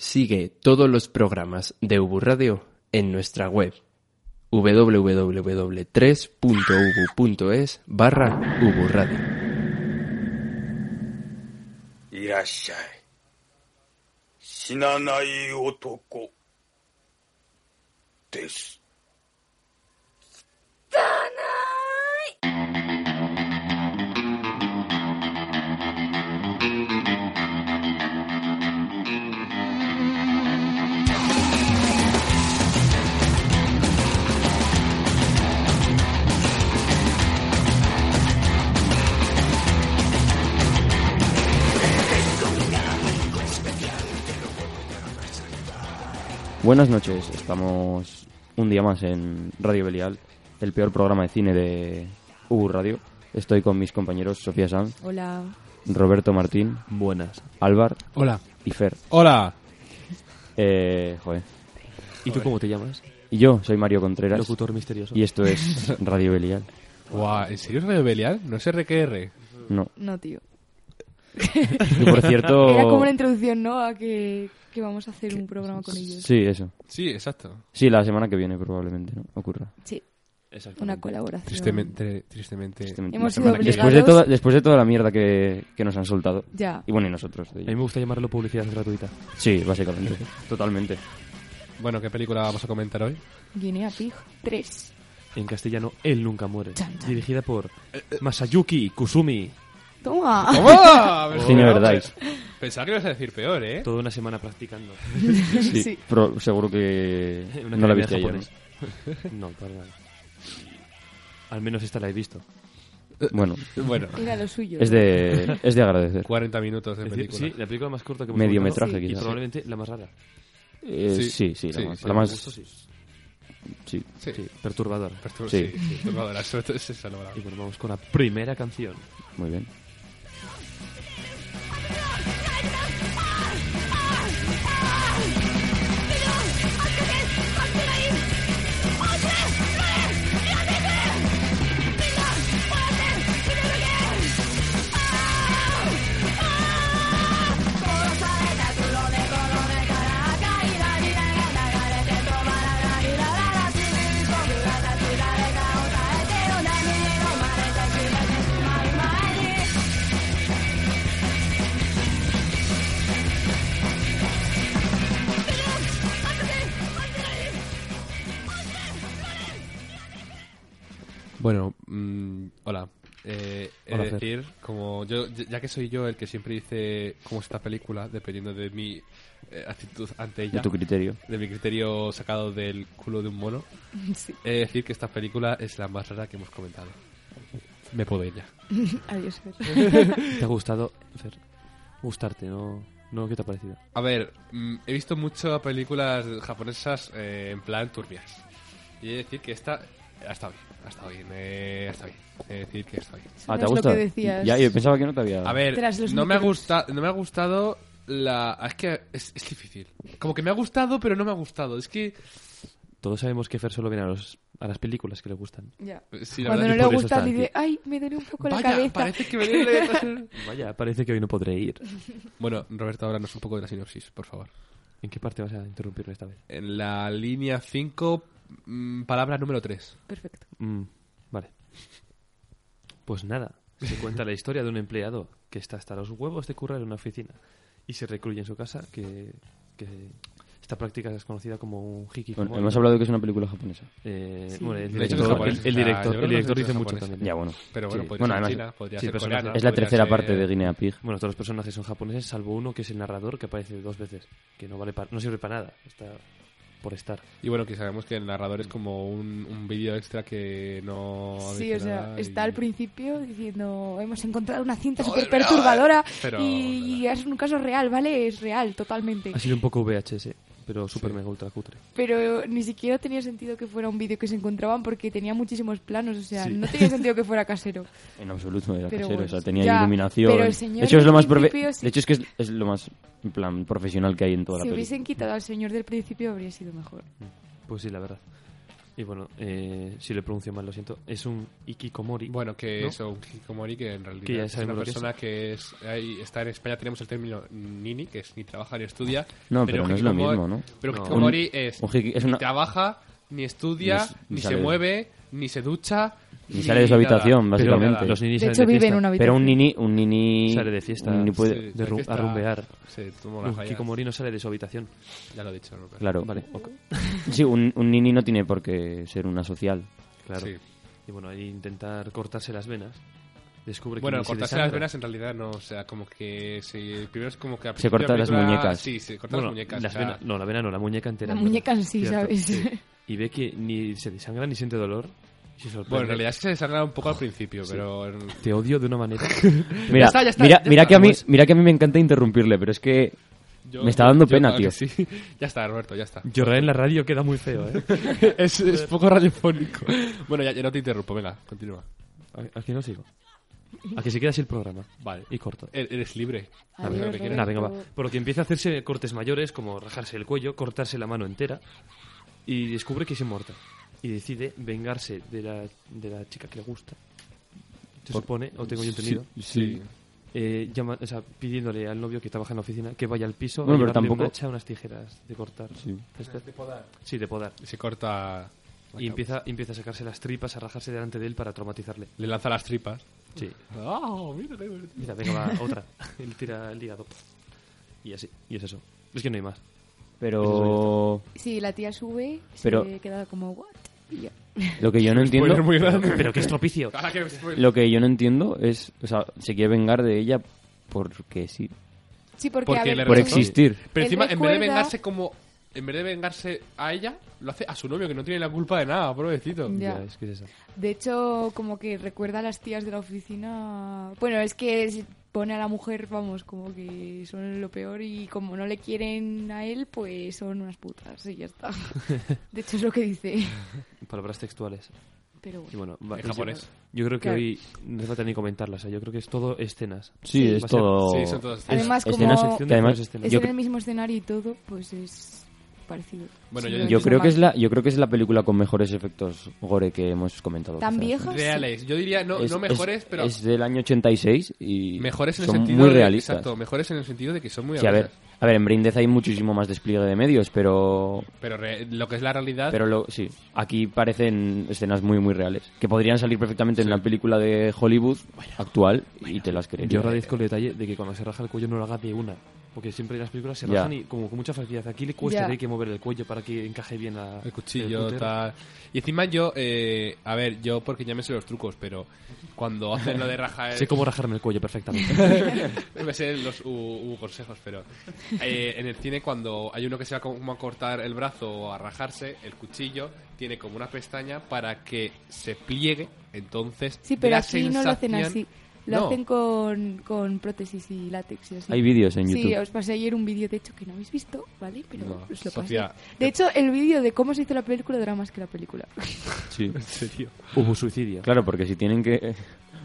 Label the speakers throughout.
Speaker 1: Sigue todos los programas de Ubu Radio en nuestra web www.3.ubu.es barra Ubu Radio.
Speaker 2: いらっしゃい。死なない男。です。
Speaker 3: Buenas noches, estamos un día más en Radio Belial, el peor programa de cine de UB Radio. Estoy con mis compañeros Sofía Sanz,
Speaker 4: Hola.
Speaker 3: Roberto Martín,
Speaker 5: Buenas.
Speaker 3: Álvar
Speaker 6: Hola.
Speaker 3: y Fer.
Speaker 6: Hola.
Speaker 3: Eh, joder.
Speaker 5: ¿Y tú cómo te llamas?
Speaker 3: Y yo soy Mario Contreras
Speaker 5: Locutor misterioso.
Speaker 3: y esto es Radio Belial.
Speaker 6: Guau, ¿en serio es Radio Belial? No es RQR.
Speaker 3: No.
Speaker 4: No, tío.
Speaker 3: Y por
Speaker 6: Oh.
Speaker 3: cierto...
Speaker 4: Era como la introducción, ¿no? A que, que vamos a hacer un programa con ellos.
Speaker 3: Sí, eso.
Speaker 6: Sí, exacto.
Speaker 3: Sí, la semana que viene probablemente, ¿no? Ocurra.
Speaker 4: Sí,
Speaker 5: Exactamente.
Speaker 4: una colaboración.
Speaker 6: Tristemente, tristemente.
Speaker 3: Tristemente.
Speaker 4: Hemos
Speaker 6: La
Speaker 4: sido
Speaker 6: semana que-
Speaker 3: Este Después de,
Speaker 4: obligados.
Speaker 3: toda, después de toda la mierda que, que nos han soltado.
Speaker 4: Ya.
Speaker 3: Y bueno, y nosotros. de
Speaker 5: A mí
Speaker 3: ello.
Speaker 5: me gusta llamarlo publicidad gratuita.
Speaker 3: Sí, básicamente. Totalmente.
Speaker 6: Bueno, ¿qué película vamos a comentar hoy?
Speaker 4: Guinea Pig 3.
Speaker 5: En castellano, Él nunca muere.
Speaker 4: Chan, chan.
Speaker 5: Dirigida por Masayuki Kusumi.
Speaker 4: Toma.
Speaker 6: Oh, ¡Toma!
Speaker 3: Señor Dice.
Speaker 6: Pensaba que ibas a decir peor, ¿eh?
Speaker 5: Toda una semana practicando.
Speaker 3: Sí,
Speaker 4: Sí.
Speaker 3: pero seguro que
Speaker 5: Una
Speaker 3: no la
Speaker 5: academia
Speaker 3: viste ayer.
Speaker 5: japonesa. No, para nada. Al menos esta la he visto.
Speaker 3: ¿no? Bueno,
Speaker 6: Bueno,
Speaker 4: Era lo suyo.
Speaker 3: es de, es de agradecer.
Speaker 6: 40 minutos de
Speaker 5: Es decir,
Speaker 6: película.
Speaker 5: sí, la película más corta que hemos
Speaker 3: Mediometraje,
Speaker 5: comentado,
Speaker 3: quizás.
Speaker 5: Y probablemente la más rara.
Speaker 3: Eh,
Speaker 6: Sí,
Speaker 3: sí, sí, la
Speaker 6: sí,
Speaker 3: más,
Speaker 6: sí.
Speaker 3: la
Speaker 5: Me
Speaker 3: más-
Speaker 5: gustó, sí.
Speaker 3: sí.
Speaker 6: Sí.
Speaker 5: Sí, perturbadora.
Speaker 6: Pues tú-
Speaker 3: Sí.
Speaker 6: sí. sí, tú, no, la suerte es esa, no, la-
Speaker 5: Y bueno, vamos con la primera canción.
Speaker 3: muy bien.
Speaker 6: Bueno, mm, hola. Eh, he
Speaker 5: Hola,
Speaker 6: de
Speaker 5: Fer.
Speaker 6: decir, como yo, ya que soy yo el que siempre dice cómo está película, dependiendo de mi eh, actitud ante
Speaker 3: De
Speaker 6: ella,
Speaker 3: tu criterio.
Speaker 6: de mi criterio sacado del culo de un mono,
Speaker 4: Sí.
Speaker 6: he de decir que esta película es la más rara que hemos comentado. Me puedo ir ya.
Speaker 4: Adiós, Fer.
Speaker 5: ¿Te ha gustado, Fer? Gustarte, ¿no? no ¿Qué te ha parecido?
Speaker 6: A ver, mm, he visto muchas películas japonesas eh, en plan turbias. Y he de decir que esta ha estado bien, ha estado bien, eh, ha estado bien. He de decir que ha estado bien.
Speaker 3: Ah,
Speaker 4: No
Speaker 3: ¿te ha
Speaker 4: es lo
Speaker 3: gustado?
Speaker 4: que decías.
Speaker 3: Ya, yo pensaba que no te había...
Speaker 6: A ver,
Speaker 4: Tras los
Speaker 6: no me, ha
Speaker 4: micros.
Speaker 6: gustado, no me ha gustado la... Es que es, es difícil. Como que me ha gustado, pero no me ha gustado. Es que...
Speaker 5: Todos sabemos que Fer solo viene a, los, a las películas que le gustan.
Speaker 4: Ya.
Speaker 6: pues, Sí, la
Speaker 4: Cuando
Speaker 6: verdad
Speaker 4: no le
Speaker 6: es
Speaker 5: por eso
Speaker 4: gusta,
Speaker 5: está
Speaker 4: dice,
Speaker 5: aquí.
Speaker 4: ay, me duele un
Speaker 6: que-
Speaker 4: poco la
Speaker 6: Vaya,
Speaker 4: cabeza.
Speaker 6: parece que me duele la cabeza.
Speaker 5: Vaya, parece que hoy no podré ir.
Speaker 6: Bueno, Roberto, háblanos un poco de la sinopsis, por favor.
Speaker 5: ¿En qué parte vas a interrumpirme esta vez?
Speaker 6: En la línea 5, mm, palabra número 3.
Speaker 4: Perfecto.
Speaker 5: Mm, vale. Pues nada, se cuenta la historia de un empleado que está hasta los huevos de currar en una oficina y se recluye en su casa, que, que esta práctica es conocida como un hikikomori.
Speaker 3: Bueno, hemos hablado de que es una película japonesa.
Speaker 5: Eh,
Speaker 4: Sí.
Speaker 5: bueno, el
Speaker 6: De hecho, es
Speaker 5: director, el-
Speaker 6: japonés.
Speaker 5: el
Speaker 6: O sea,
Speaker 5: director,
Speaker 6: yo creo
Speaker 5: el
Speaker 6: que
Speaker 5: director
Speaker 6: es
Speaker 5: dice mucho
Speaker 6: japonés.
Speaker 5: también.
Speaker 3: Ya, bueno.
Speaker 6: Pero
Speaker 5: Sí.
Speaker 6: bueno,
Speaker 3: Bueno,
Speaker 6: podría ser
Speaker 3: además-
Speaker 6: china, podría
Speaker 5: sí,
Speaker 6: ser
Speaker 5: pero son
Speaker 6: coreana.
Speaker 5: las-
Speaker 3: Es la
Speaker 6: podría
Speaker 3: tercera
Speaker 6: ser-
Speaker 3: parte de Guinea Pig.
Speaker 5: Bueno, todos los personajes son japoneses, salvo uno que es el narrador, que aparece dos veces, que no vale pa- no sirve para nada, está por estar.
Speaker 6: Y bueno, que sabemos que el narrador es como un, un vídeo extra que no...
Speaker 4: Sí,
Speaker 6: dice
Speaker 4: o sea,
Speaker 6: nada
Speaker 4: está
Speaker 6: y-
Speaker 4: al principio diciendo, hemos encontrado una cinta súper perturbadora
Speaker 6: Pero-
Speaker 4: y es un caso real, ¿vale? Es real, totalmente.
Speaker 5: Ha sido un poco VHS, pero super mega ultra cutre.
Speaker 4: Pero ni siquiera tenía sentido que fuera un vídeo que se encontraban porque tenía muchísimos planos, o sea, no tenía sentido que fuera casero.
Speaker 3: En absoluto era
Speaker 4: Pero
Speaker 3: casero,
Speaker 4: bueno,
Speaker 3: o sea, tenía
Speaker 4: ya,
Speaker 3: iluminación.
Speaker 4: pero el señor
Speaker 3: de hecho, es
Speaker 4: del
Speaker 3: lo más profe-
Speaker 4: principio sí.
Speaker 3: de hecho, es que es, es lo más en plan profesional que hay en toda
Speaker 4: Si
Speaker 3: la película.
Speaker 4: hubiesen quitado al señor del principio habría sido mejor.
Speaker 5: Pues sí, la verdad. Y bueno, eh, si le pronuncio mal, lo siento. Es un Ikikomori.
Speaker 6: Bueno, que
Speaker 5: ¿No?
Speaker 6: es un hikikomori que en realidad
Speaker 5: Que ya
Speaker 6: es
Speaker 5: sabemos
Speaker 6: una
Speaker 5: lo que es.
Speaker 6: persona que es, ahí está en España tenemos el término nini, que es ni trabaja ni estudia.
Speaker 3: No, pero no es lo
Speaker 6: hikikomori-
Speaker 3: mismo, ¿no?
Speaker 6: Pero
Speaker 5: No.
Speaker 6: hikikomori es,
Speaker 3: Un hiki- es una-
Speaker 6: ni trabaja, ni estudia,
Speaker 3: Ni
Speaker 6: ni,
Speaker 3: s- ni
Speaker 6: se
Speaker 3: sale de-
Speaker 6: mueve, ni se ducha,
Speaker 3: Ni sale de su habitación,
Speaker 6: nada. Pero
Speaker 3: básicamente.
Speaker 6: nada.
Speaker 5: Los
Speaker 4: De
Speaker 5: ninis salen
Speaker 4: hecho,
Speaker 5: de
Speaker 4: vive
Speaker 5: fiesta.
Speaker 4: en una habitación.
Speaker 3: Pero un nini, un nini
Speaker 5: Sale de fiesta.
Speaker 3: un nini puede-
Speaker 6: Sí.
Speaker 5: De ru-
Speaker 6: Fiesta.
Speaker 5: a rumbear.
Speaker 6: Se toma una
Speaker 5: Un
Speaker 6: falla.
Speaker 5: Hikikomori no sale de su habitación.
Speaker 6: Ya lo he dicho, Rupert.
Speaker 3: Claro.
Speaker 5: Vale, ok,
Speaker 3: Sí, un, un nini no tiene por qué ser una social.
Speaker 5: claro.
Speaker 6: Sí.
Speaker 5: Y bueno, ahí intentar cortarse las venas. Descubre que
Speaker 6: Bueno,
Speaker 5: ni se
Speaker 6: cortarse las
Speaker 5: desangra.
Speaker 6: venas en realidad no, o sea, como que si, primero es como que al
Speaker 3: Se
Speaker 6: principio de
Speaker 3: corta las
Speaker 6: película-
Speaker 3: muñecas.
Speaker 6: Sí, se corta
Speaker 5: Bueno,
Speaker 6: las muñecas.
Speaker 5: las
Speaker 6: o sea,
Speaker 5: venas- no, la vena no, la muñeca entera.
Speaker 4: La muñeca en sí,
Speaker 5: Cierto,
Speaker 4: ¿sabes?
Speaker 5: sí. Y ve que ni se desangra ni siente dolor. Y se sorprende.
Speaker 6: Bueno, en realidad sí se desangra un poco al principio, pero em, en-
Speaker 5: Te odio de una manera.
Speaker 3: Mira,
Speaker 6: está, ya está,
Speaker 3: mira,
Speaker 6: ya
Speaker 3: mira
Speaker 6: está.
Speaker 3: que a mí,
Speaker 6: Pues-
Speaker 3: mira que a mí me encanta interrumpirle, pero es que
Speaker 6: yo-
Speaker 3: me está dando
Speaker 6: yo-
Speaker 3: pena,
Speaker 6: claro
Speaker 3: tío.
Speaker 6: que sí. ya está, Roberto, ya está.
Speaker 5: Llorar en la radio queda muy feo, ¿eh?
Speaker 6: es, es poco radiofónico. Bueno, ya, ya no te interrumpo, venga, continúa.
Speaker 5: ¿A, a que no sigo? A que se queda así el programa.
Speaker 6: Vale.
Speaker 5: Y corto.
Speaker 6: E- Eres libre.
Speaker 4: Adiós,
Speaker 6: Haz lo que
Speaker 4: Roberto.
Speaker 6: quieras.
Speaker 5: Nah, venga, va. Por lo que empieza a hacerse cortes mayores, como rajarse el cuello, cortarse la mano entera, y descubre que es inmortal. Y decide vengarse de la, de la chica que le gusta. Se supone, o tengo yo entendido,
Speaker 6: Sí.
Speaker 5: eh, llama- o sea, pidiéndole al novio que trabaja en la oficina que vaya al piso
Speaker 3: Bueno,
Speaker 5: a
Speaker 3: pero
Speaker 5: llevarle
Speaker 3: tampoco-
Speaker 5: un hacha, unas tijeras de cortar.
Speaker 3: Sí.
Speaker 5: Este- Sí, de podar.
Speaker 6: Se corta.
Speaker 5: Y empieza, empieza a sacarse las tripas, a rajarse delante de él para traumatizarle.
Speaker 6: Le lanza las tripas.
Speaker 5: Sí.
Speaker 6: ¡Ah, mira qué divertido!
Speaker 5: Mira, venga, va, otra. Él tira el hígado. Y así, y es eso. Es que no hay más.
Speaker 3: Pero
Speaker 4: Sí, la tía sube,
Speaker 3: Pero-
Speaker 4: se queda como, ¿what? Y ya.
Speaker 3: lo que yo no entiendo,
Speaker 6: Spoiler muy grande.
Speaker 5: Pero qué estropicio.
Speaker 6: Ah, que spoiler.
Speaker 3: lo que yo no entiendo es, o sea, se quiere vengar de ella porque sí,
Speaker 4: Sí, porque,
Speaker 6: Porque
Speaker 4: a ver,
Speaker 6: le
Speaker 4: tú-
Speaker 3: por
Speaker 6: Pero-
Speaker 3: existir.
Speaker 4: Él
Speaker 6: Pero encima, en vez de
Speaker 4: recuerda-
Speaker 6: vengarse como. En vez de vengarse a ella, lo hace a su novio, que no tiene la culpa de nada, pobrecito.
Speaker 4: Ya.
Speaker 5: Ya, es que es eso.
Speaker 4: De hecho, como que recuerda a las tías de la oficina. Bueno, es que se pone a la mujer, vamos, como que son lo peor y como no le quieren a él, pues son unas putas y ya está. De hecho, es lo que dice.
Speaker 5: Palabras textuales.
Speaker 4: Pero
Speaker 5: Y
Speaker 4: bueno.
Speaker 5: bueno, va-
Speaker 6: En japonés.
Speaker 5: Yo creo que
Speaker 4: Claro.
Speaker 5: hoy no hace falta ni comentarlas. Yo creo que es todo escenas.
Speaker 3: Sí,
Speaker 4: Sí.
Speaker 3: es
Speaker 5: Va a ser-
Speaker 3: todo.
Speaker 6: Sí, son todas-
Speaker 3: es-
Speaker 4: Además, como-
Speaker 3: escenas-
Speaker 4: Sección
Speaker 5: de
Speaker 3: que además-
Speaker 5: escenas, escenas.
Speaker 4: Es
Speaker 3: este yo,
Speaker 4: en el mismo escenario y todo, pues es parecido.
Speaker 6: Bueno, yo-
Speaker 4: Simplemente
Speaker 3: yo
Speaker 4: son
Speaker 3: creo que
Speaker 4: más-
Speaker 3: es la, yo creo que es la película con mejores efectos gore que hemos comentado.
Speaker 4: ¿Tan
Speaker 3: quizás.
Speaker 4: vieja? Sí.
Speaker 6: Reales. Yo diría, no,
Speaker 3: Es-
Speaker 6: no
Speaker 3: es-
Speaker 6: mejores, pero.
Speaker 3: es del año 86 y
Speaker 6: mejores en el
Speaker 3: son
Speaker 6: sentido.
Speaker 3: muy
Speaker 6: de-
Speaker 3: realistas.
Speaker 6: exacto, mejores en el sentido de que son muy
Speaker 3: Sí, a ver,
Speaker 6: realistas.
Speaker 3: a ver, en Brain Death hay muchísimo más despliegue de medios, pero
Speaker 6: Pero re- lo que es la realidad.
Speaker 3: pero lo, sí, aquí parecen escenas muy muy reales que podrían salir perfectamente en una película de Hollywood actual y te las crees.
Speaker 5: Yo agradezco el detalle de que cuando se raja el cuello no lo haga de una. Porque siempre en las películas se
Speaker 3: Ya.
Speaker 5: rajan y como con mucha facilidad. Aquí le cuesta
Speaker 4: Ya.
Speaker 5: y hay que mover el cuello para que encaje bien a,
Speaker 6: El cuchillo,
Speaker 5: puntero.
Speaker 6: tal. Y encima yo, eh, a ver, yo porque ya me sé los trucos, pero cuando hacen lo de rajar.
Speaker 5: Sé cómo rajarme el cuello perfectamente.
Speaker 6: me sé los u, u consejos, pero. eh, en el cine, cuando hay uno que se va como a cortar el brazo o a rajarse, el cuchillo tiene como una pestaña para que se pliegue. Entonces.
Speaker 4: Sí, pero
Speaker 6: la
Speaker 4: aquí no lo hacen
Speaker 6: sensación-
Speaker 4: así. Lo
Speaker 6: No.
Speaker 4: hacen con, con prótesis y látex y así.
Speaker 3: Hay vídeos en
Speaker 4: Sí,
Speaker 3: YouTube.
Speaker 4: os pasé ayer un vídeo, de hecho, que no habéis visto, ¿vale? Pero
Speaker 6: No,
Speaker 4: os lo pasé.
Speaker 6: Sofía,
Speaker 4: De hecho, el vídeo de cómo se hizo la película dura más que la película.
Speaker 3: Sí.
Speaker 5: Hubo suicidio.
Speaker 3: Claro, porque si tienen que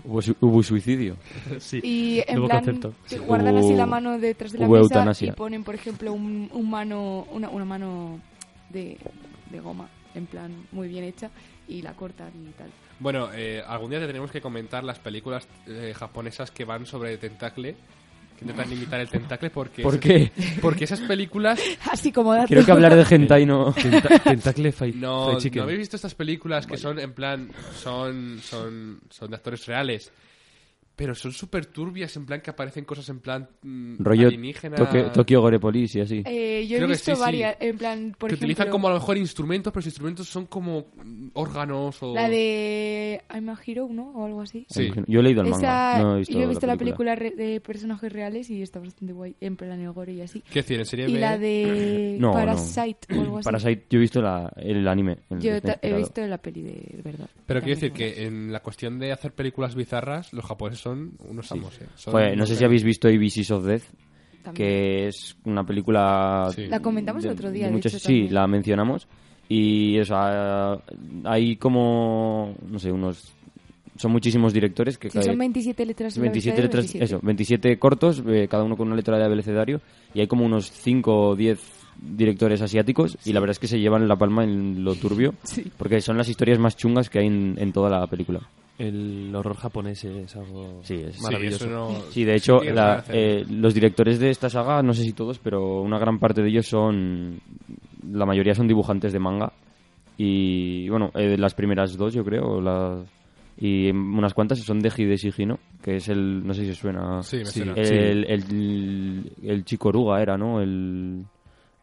Speaker 3: hubo, su- hubo suicidio.
Speaker 5: Sí.
Speaker 4: Y en
Speaker 5: Nuevo
Speaker 4: plan,
Speaker 5: concepto.
Speaker 4: que guardan así
Speaker 3: Hubo-
Speaker 4: la mano detrás de la
Speaker 3: hubo
Speaker 4: mesa
Speaker 3: eutanasia.
Speaker 4: y ponen, por ejemplo, un, un mano, una, una mano de, de goma, en plan, muy bien hecha, y la cortan y tal.
Speaker 6: Bueno, eh, algún día te tenemos que comentar las películas eh, japonesas que van sobre tentacle, que intentan imitar el tentacle porque...
Speaker 3: ¿Por qué?
Speaker 6: Porque esas películas...
Speaker 4: Así como dato.
Speaker 3: Creo que hablar de hentai no
Speaker 5: Tenta- tentacle fight.
Speaker 6: No,
Speaker 5: fight chicken.
Speaker 6: ¿no habéis visto estas películas que son en plan... Son, son, son de actores reales, pero son súper turbias, en plan que aparecen cosas en plan mm,
Speaker 3: rollo
Speaker 6: alienígena...
Speaker 3: Toque- Tokyo Gore Police y así.
Speaker 4: Eh, yo
Speaker 6: Creo
Speaker 4: he
Speaker 6: que
Speaker 4: visto
Speaker 6: sí, sí.
Speaker 4: varias, en plan, por ejemplo,
Speaker 6: que utilizan como a lo mejor instrumentos, pero los instrumentos son como mm, órganos o...
Speaker 4: la de I'm a Hero, ¿no? O algo así.
Speaker 6: sí.
Speaker 3: Yo he leído el manga,
Speaker 4: Esa,
Speaker 3: no he visto,
Speaker 4: yo he visto la película, re- de personajes reales y está bastante guay, en plan el gore y así.
Speaker 6: ¿Qué decir? ¿En serie
Speaker 4: Y
Speaker 6: B?
Speaker 4: la de
Speaker 3: No, no.
Speaker 4: Parasite o algo así.
Speaker 3: Parasite, yo he visto la- el anime. en el que
Speaker 4: Yo
Speaker 3: está
Speaker 4: ta- he
Speaker 3: inspirado.
Speaker 4: visto la peli de, de verdad.
Speaker 6: Pero quiero decir
Speaker 4: También
Speaker 6: que en la cuestión de hacer películas bizarras, los japoneses son unos amos, ¿eh? Son-
Speaker 3: Joder, Pues, no sé si habéis visto Ibisis of Death,
Speaker 4: mola. También.
Speaker 3: que es una película...
Speaker 6: Sí.
Speaker 4: La comentamos el otro día, de hecho,
Speaker 3: sí,
Speaker 4: también.
Speaker 3: la mencionamos. Y, o sea, hay como, no sé, unos... Son muchísimos directores que...
Speaker 4: Sí,
Speaker 3: cada-
Speaker 4: son 27 letras. en la
Speaker 3: 27
Speaker 4: abecedario,
Speaker 3: letras,
Speaker 4: 27.
Speaker 3: eso, 27 cortos, eh, cada uno con una letra de abecedario, y hay como unos 5 o 10 directores asiáticos y la verdad es que se llevan la palma en lo turbio
Speaker 4: Sí.
Speaker 3: porque son las historias más chungas que hay en, en toda la película.
Speaker 5: El horror japonés es algo
Speaker 3: Sí, es-
Speaker 5: maravilloso.
Speaker 6: Sí, eso no-
Speaker 3: Sí, de hecho,
Speaker 6: tiene
Speaker 3: la-
Speaker 6: que hacer.
Speaker 3: eh, los directores de esta saga, no sé si todos, pero una gran parte de ellos son. La mayoría son dibujantes de manga. Y bueno, eh, las primeras dos, yo creo. la- y unas cuantas son de Hide Shigino, que es el. No sé si os suena.
Speaker 6: Sí, me
Speaker 5: Sí.
Speaker 6: suena.
Speaker 3: El, el, el chico oruga era, ¿no? El,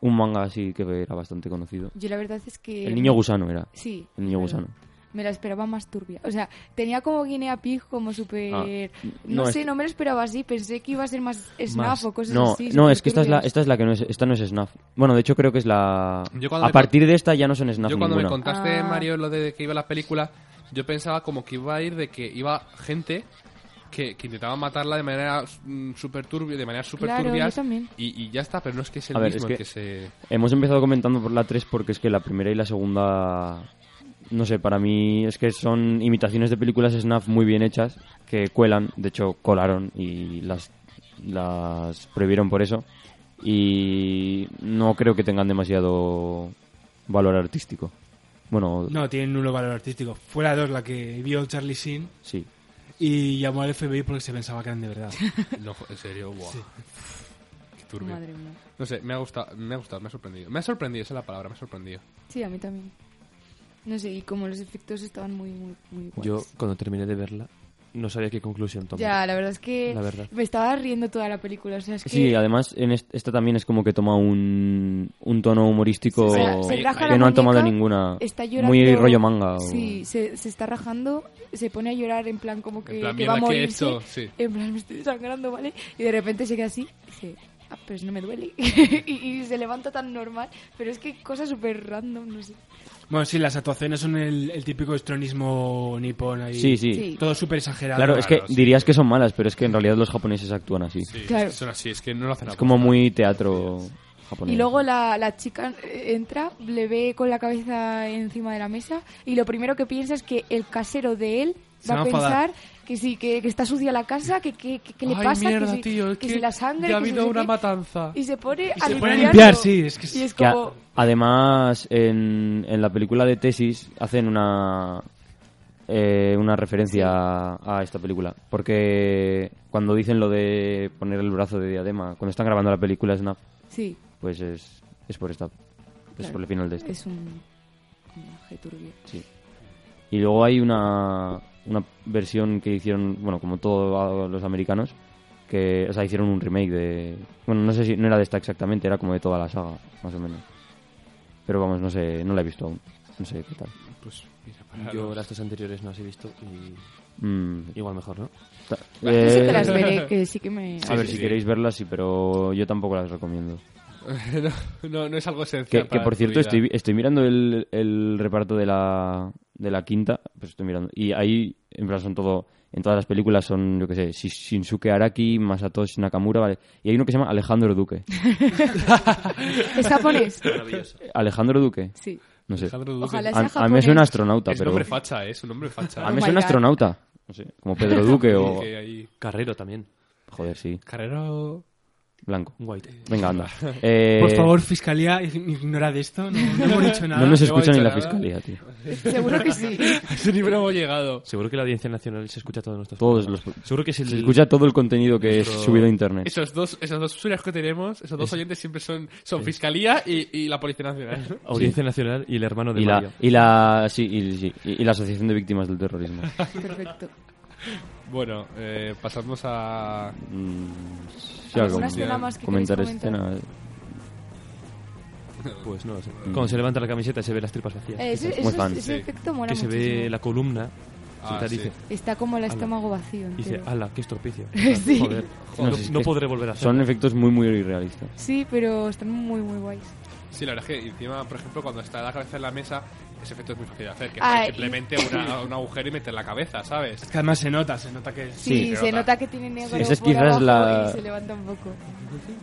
Speaker 3: un manga así que era bastante conocido.
Speaker 4: Yo la verdad es que...
Speaker 3: El niño gusano era.
Speaker 4: Sí.
Speaker 3: El niño
Speaker 4: es verdad.
Speaker 3: gusano.
Speaker 4: Me la esperaba más turbia. O sea, tenía como Guinea Pig como súper...
Speaker 3: Ah,
Speaker 4: no,
Speaker 3: no,
Speaker 4: sé,
Speaker 3: es-
Speaker 4: no me lo esperaba así. Pensé que iba a ser más snap
Speaker 5: Más-
Speaker 4: o cosas
Speaker 3: No,
Speaker 4: así.
Speaker 3: no,
Speaker 4: súper
Speaker 3: es que esta es la,
Speaker 4: turbias.
Speaker 3: esta es la que no es, esta no es Snuff. Bueno, de hecho creo que es la
Speaker 6: Yo cuando
Speaker 3: a
Speaker 6: me
Speaker 3: partir de esta ya no son Snuff
Speaker 6: Yo cuando me
Speaker 3: ninguna.
Speaker 6: contaste,
Speaker 4: Ah.
Speaker 6: Mario, lo de que iba la película, yo pensaba como que iba a ir de que iba gente que, que intentaba matarla de manera mm, súper turbia, de manera súper
Speaker 4: Claro,
Speaker 6: turbia.
Speaker 4: yo también.
Speaker 6: Y, y ya está, pero no es que es el
Speaker 3: A ver,
Speaker 6: mismo
Speaker 3: es
Speaker 6: el
Speaker 3: que-
Speaker 6: que se...
Speaker 3: Hemos empezado comentando por la 3 porque es que la primera y la segunda no sé, para mí es que son imitaciones de películas Snuff muy bien hechas que cuelan, de hecho colaron y las las prohibieron por eso y no creo que tengan demasiado valor artístico. Bueno,
Speaker 7: No, tiene nulo valor artístico. Fue la 2 la que vio Charlie Sheen
Speaker 3: sí.
Speaker 7: y llamó al FBI porque se pensaba que eran de verdad.
Speaker 6: No, en serio, guau.
Speaker 7: Sí.
Speaker 6: Qué turbio.
Speaker 4: Madre mía.
Speaker 6: No sé, me ha gustado, me ha gustado, me ha sorprendido. Me ha sorprendido, esa es la palabra, me ha sorprendido.
Speaker 4: Sí, a mí también. No sé, y como los efectos estaban muy, muy, muy guays.
Speaker 5: Yo, cuando terminé de verla, no sabía qué conclusión tomar.
Speaker 4: Ya, la verdad es que
Speaker 5: La verdad.
Speaker 4: me estaba riendo toda la película. O sea, es que
Speaker 3: Sí, además en est- esta también es como que toma un, un tono humorístico
Speaker 4: O sea, se
Speaker 6: Ahí-
Speaker 4: raja
Speaker 6: ahí-
Speaker 4: la
Speaker 3: que no han tomado
Speaker 4: muñeca,
Speaker 3: ninguna.
Speaker 4: Está llorando.
Speaker 3: Muy rollo manga. o-
Speaker 4: Sí, se, se está rajando, se pone a llorar en plan como que,
Speaker 6: En plan,
Speaker 4: que va a
Speaker 6: mierda, ¿qué he
Speaker 4: morirse.
Speaker 6: hecho? Sí.
Speaker 4: En plan, me estoy sangrando, ¿vale? Y de repente se queda así. y Dice, ah, pues no me duele. y, y se levanta tan normal. Pero es que cosa súper random, no sé.
Speaker 7: Bueno, sí, las actuaciones son el, el típico estronismo nipón ahí.
Speaker 3: Sí, sí.
Speaker 4: Sí.
Speaker 7: Todo súper exagerado.
Speaker 3: Claro, es que
Speaker 6: Claro, sí.
Speaker 3: dirías que son malas, pero es que en realidad los japoneses actúan así.
Speaker 6: Sí,
Speaker 4: Claro.
Speaker 6: Son así, es que no lo hacen
Speaker 3: Es
Speaker 6: a
Speaker 3: como
Speaker 6: posta.
Speaker 3: muy teatro japonés.
Speaker 4: Y luego la, la chica eh, entra, le ve con la cabeza encima de la mesa y lo primero que piensa es que el casero de él
Speaker 7: Se
Speaker 4: va
Speaker 7: va
Speaker 4: a
Speaker 7: a enfadar.
Speaker 4: pensar que sí, que, que está sucia la casa, que, que, que- que le
Speaker 6: Ay,
Speaker 4: pasa, que
Speaker 6: mierda,
Speaker 4: si-
Speaker 6: tío, es
Speaker 4: que
Speaker 6: que
Speaker 4: si la sangre...
Speaker 6: ya ha
Speaker 4: que si
Speaker 6: habido
Speaker 4: no sé
Speaker 6: una
Speaker 4: qué.
Speaker 6: matanza.
Speaker 4: Y se pone
Speaker 7: Y
Speaker 4: a
Speaker 7: se pone a
Speaker 4: limpiarlo.
Speaker 7: limpiar, sí, es que es-
Speaker 4: Y es
Speaker 3: Que a-
Speaker 4: como...
Speaker 3: además, en, en la película de Tesis hacen una. eh, una referencia a, a esta película. Porque cuando dicen lo de poner el brazo de diadema, cuando están grabando la película Snap,
Speaker 4: Sí,
Speaker 3: pues es, es por esta. Es
Speaker 4: Claro.
Speaker 3: por el final de esta.
Speaker 4: es un... un aje turbio.
Speaker 3: Sí. Y luego hay una, una versión que hicieron, bueno, como todos los americanos, que, o sea, hicieron un remake de... Bueno, no sé si no era de esta exactamente, era como de toda la saga, más o menos. Pero vamos, no sé, no la he visto aún. No sé qué tal.
Speaker 6: Pues mira, para
Speaker 5: Yo
Speaker 6: los-
Speaker 5: las dos anteriores no las he visto y
Speaker 3: Mm,
Speaker 5: igual mejor, ¿no?
Speaker 3: ta-
Speaker 4: Yo sí
Speaker 3: eh,
Speaker 4: que las veré, que sí que me...
Speaker 3: a ver,
Speaker 6: sí,
Speaker 3: si
Speaker 6: sí.
Speaker 3: queréis verlas, sí, pero yo tampoco las recomiendo.
Speaker 6: no, no, no es algo
Speaker 3: Que,
Speaker 6: esencial
Speaker 3: que,
Speaker 6: para
Speaker 3: por
Speaker 6: tu
Speaker 3: cierto,
Speaker 6: vida.
Speaker 3: estoy, estoy mirando el, el reparto de la, de la quinta, pues estoy mirando. Y ahí, en plan, son todo. En todas las películas son, yo qué sé, Shi- Shinsuke Araki, Masatoshi Nakamura, ¿vale? Y hay uno que se llama Alejandro Duque.
Speaker 4: ¿Es japonés?
Speaker 3: ¿Alejandro Duque?
Speaker 4: Sí.
Speaker 3: No sé.
Speaker 6: Alejandro Duque.
Speaker 4: Ojalá sea
Speaker 3: A,
Speaker 4: japonés.
Speaker 3: a mí me suena astronauta,
Speaker 6: Es un
Speaker 3: pero.
Speaker 6: nombre facha, ¿eh? es un nombre facha.
Speaker 3: A mí
Speaker 4: Oh
Speaker 3: me
Speaker 4: my
Speaker 3: suena
Speaker 4: God.
Speaker 3: astronauta. No sé, como Pedro Duque o.
Speaker 6: Que ahí-
Speaker 5: Carrero también,
Speaker 3: Joder, sí,
Speaker 6: Carrero.
Speaker 3: blanco.
Speaker 5: White.
Speaker 3: Venga, anda. Eh,
Speaker 7: Por favor, fiscalía, ig- ignorad esto. No, no hemos dicho nada.
Speaker 3: No nos
Speaker 6: no hemos
Speaker 3: escucha ni
Speaker 6: dicho
Speaker 3: la
Speaker 6: nada. Pues
Speaker 3: fiscalía, tío.
Speaker 4: Seguro que sí.
Speaker 6: A ese nivel hemos llegado.
Speaker 5: Seguro que la Audiencia Nacional se escucha todos nuestros
Speaker 3: Todos
Speaker 5: programas.
Speaker 3: los-
Speaker 5: Seguro que es el...
Speaker 3: Se escucha todo el contenido que es
Speaker 5: Nuestro-
Speaker 3: subido a internet.
Speaker 6: Esos dos, esos dos usuarios que tenemos, esos dos oyentes siempre son, son Fiscalía y, y la Policía Nacional.
Speaker 5: Audiencia Nacional y el hermano de
Speaker 3: Y la,
Speaker 5: Mario.
Speaker 3: y la sí, y, sí, y- y la Asociación de Víctimas del Terrorismo.
Speaker 4: Perfecto.
Speaker 6: Bueno, eh, pasamos a...
Speaker 3: Mm, sí,
Speaker 4: ¿Alguna
Speaker 3: algo-
Speaker 4: escena más que
Speaker 3: comentar este,
Speaker 4: queréis comentar?
Speaker 3: escena.
Speaker 5: Pues no lo sé. Cuando se levanta la camiseta y se ve las tripas vacías.
Speaker 4: Eh, Eso,
Speaker 3: Muy
Speaker 4: eso es-
Speaker 3: fan,
Speaker 4: ese
Speaker 6: sí.
Speaker 4: efecto mola
Speaker 5: que se ve
Speaker 4: muchísimo.
Speaker 5: la columna.
Speaker 6: Ah,
Speaker 5: se
Speaker 6: sí.
Speaker 5: dice,
Speaker 4: Está como el estómago vacío.
Speaker 5: Y dice,
Speaker 4: entero.
Speaker 5: ala, qué estropicio.
Speaker 4: Sí.
Speaker 5: Joder,
Speaker 3: No,
Speaker 5: no,
Speaker 3: sí,
Speaker 5: no
Speaker 3: es-
Speaker 5: podré volver a hacerlo.
Speaker 3: Son efectos muy, muy irrealistas.
Speaker 4: Sí, pero están muy, muy guays.
Speaker 6: Sí, la verdad es que encima, por ejemplo, cuando está la cabeza en la mesa, ese efecto es muy fácil de hacer, que
Speaker 4: Ah,
Speaker 6: es simplemente una- un agujero y meter la cabeza, ¿sabes?
Speaker 7: Es que además se nota, se nota que...
Speaker 4: Sí,
Speaker 3: Sí,
Speaker 4: se, nota. que tiene negro
Speaker 3: Esa es
Speaker 4: por
Speaker 3: quizás
Speaker 4: abajo
Speaker 3: la-
Speaker 4: y se levanta un poco.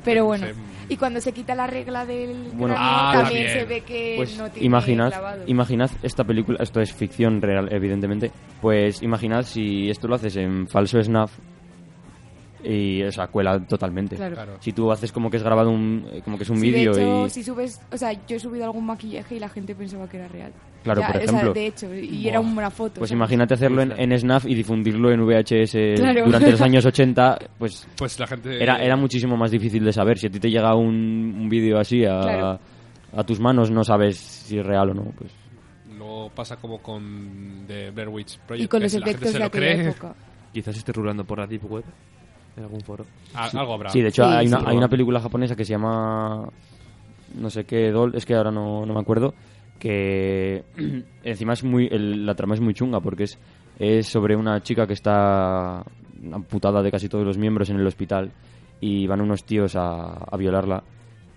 Speaker 4: Pero bueno,
Speaker 6: Sí.
Speaker 4: y cuando se quita la regla del
Speaker 3: Bueno,
Speaker 4: cráneo,
Speaker 6: ah,
Speaker 4: también
Speaker 6: también.
Speaker 4: se ve que
Speaker 3: Pues
Speaker 4: no tiene
Speaker 3: imaginad,
Speaker 4: clavado.
Speaker 3: imaginad esta película, esto es ficción real, evidentemente. Pues imaginad si esto lo haces en falso snuff, y o sea, cuela totalmente.
Speaker 4: Claro.
Speaker 6: Claro.
Speaker 3: Si tú haces como que es grabado un, eh, como que es un
Speaker 4: Sí,
Speaker 3: vídeo
Speaker 4: de hecho,
Speaker 3: y
Speaker 4: si subes, o sea, yo he subido algún maquillaje y la gente pensaba que era real.
Speaker 3: Claro,
Speaker 4: Ya,
Speaker 3: por
Speaker 4: o sea,
Speaker 3: ejemplo.
Speaker 4: de hecho, y era una foto.
Speaker 3: pues
Speaker 4: ¿sabes?
Speaker 3: imagínate hacerlo en, en SNAF y difundirlo en VHS
Speaker 4: Claro.
Speaker 3: durante los años 80, pues
Speaker 6: Pues la gente.
Speaker 3: era, era muchísimo más difícil de saber. Si a ti te llega un, un vídeo así a,
Speaker 4: Claro.
Speaker 3: a tus manos, no sabes si es real o no. Pues.
Speaker 6: Luego pasa como con The Blair Witch Project.
Speaker 4: Y con
Speaker 6: que
Speaker 4: los
Speaker 6: si la gente
Speaker 4: efectos
Speaker 6: se
Speaker 4: de
Speaker 6: lo
Speaker 4: aquella
Speaker 6: cree,
Speaker 4: época.
Speaker 5: Quizás esté rulando por la Deep Web en algún foro.
Speaker 6: a- algo habrá.
Speaker 3: Sí, de hecho
Speaker 4: Sí,
Speaker 3: hay, una,
Speaker 4: sí.
Speaker 3: hay una película japonesa que se llama no sé qué Doll, es que ahora no, no me acuerdo, que encima es muy el- la trama es muy chunga porque es es sobre una chica que está amputada de casi todos los miembros en el hospital y van unos tíos a, a violarla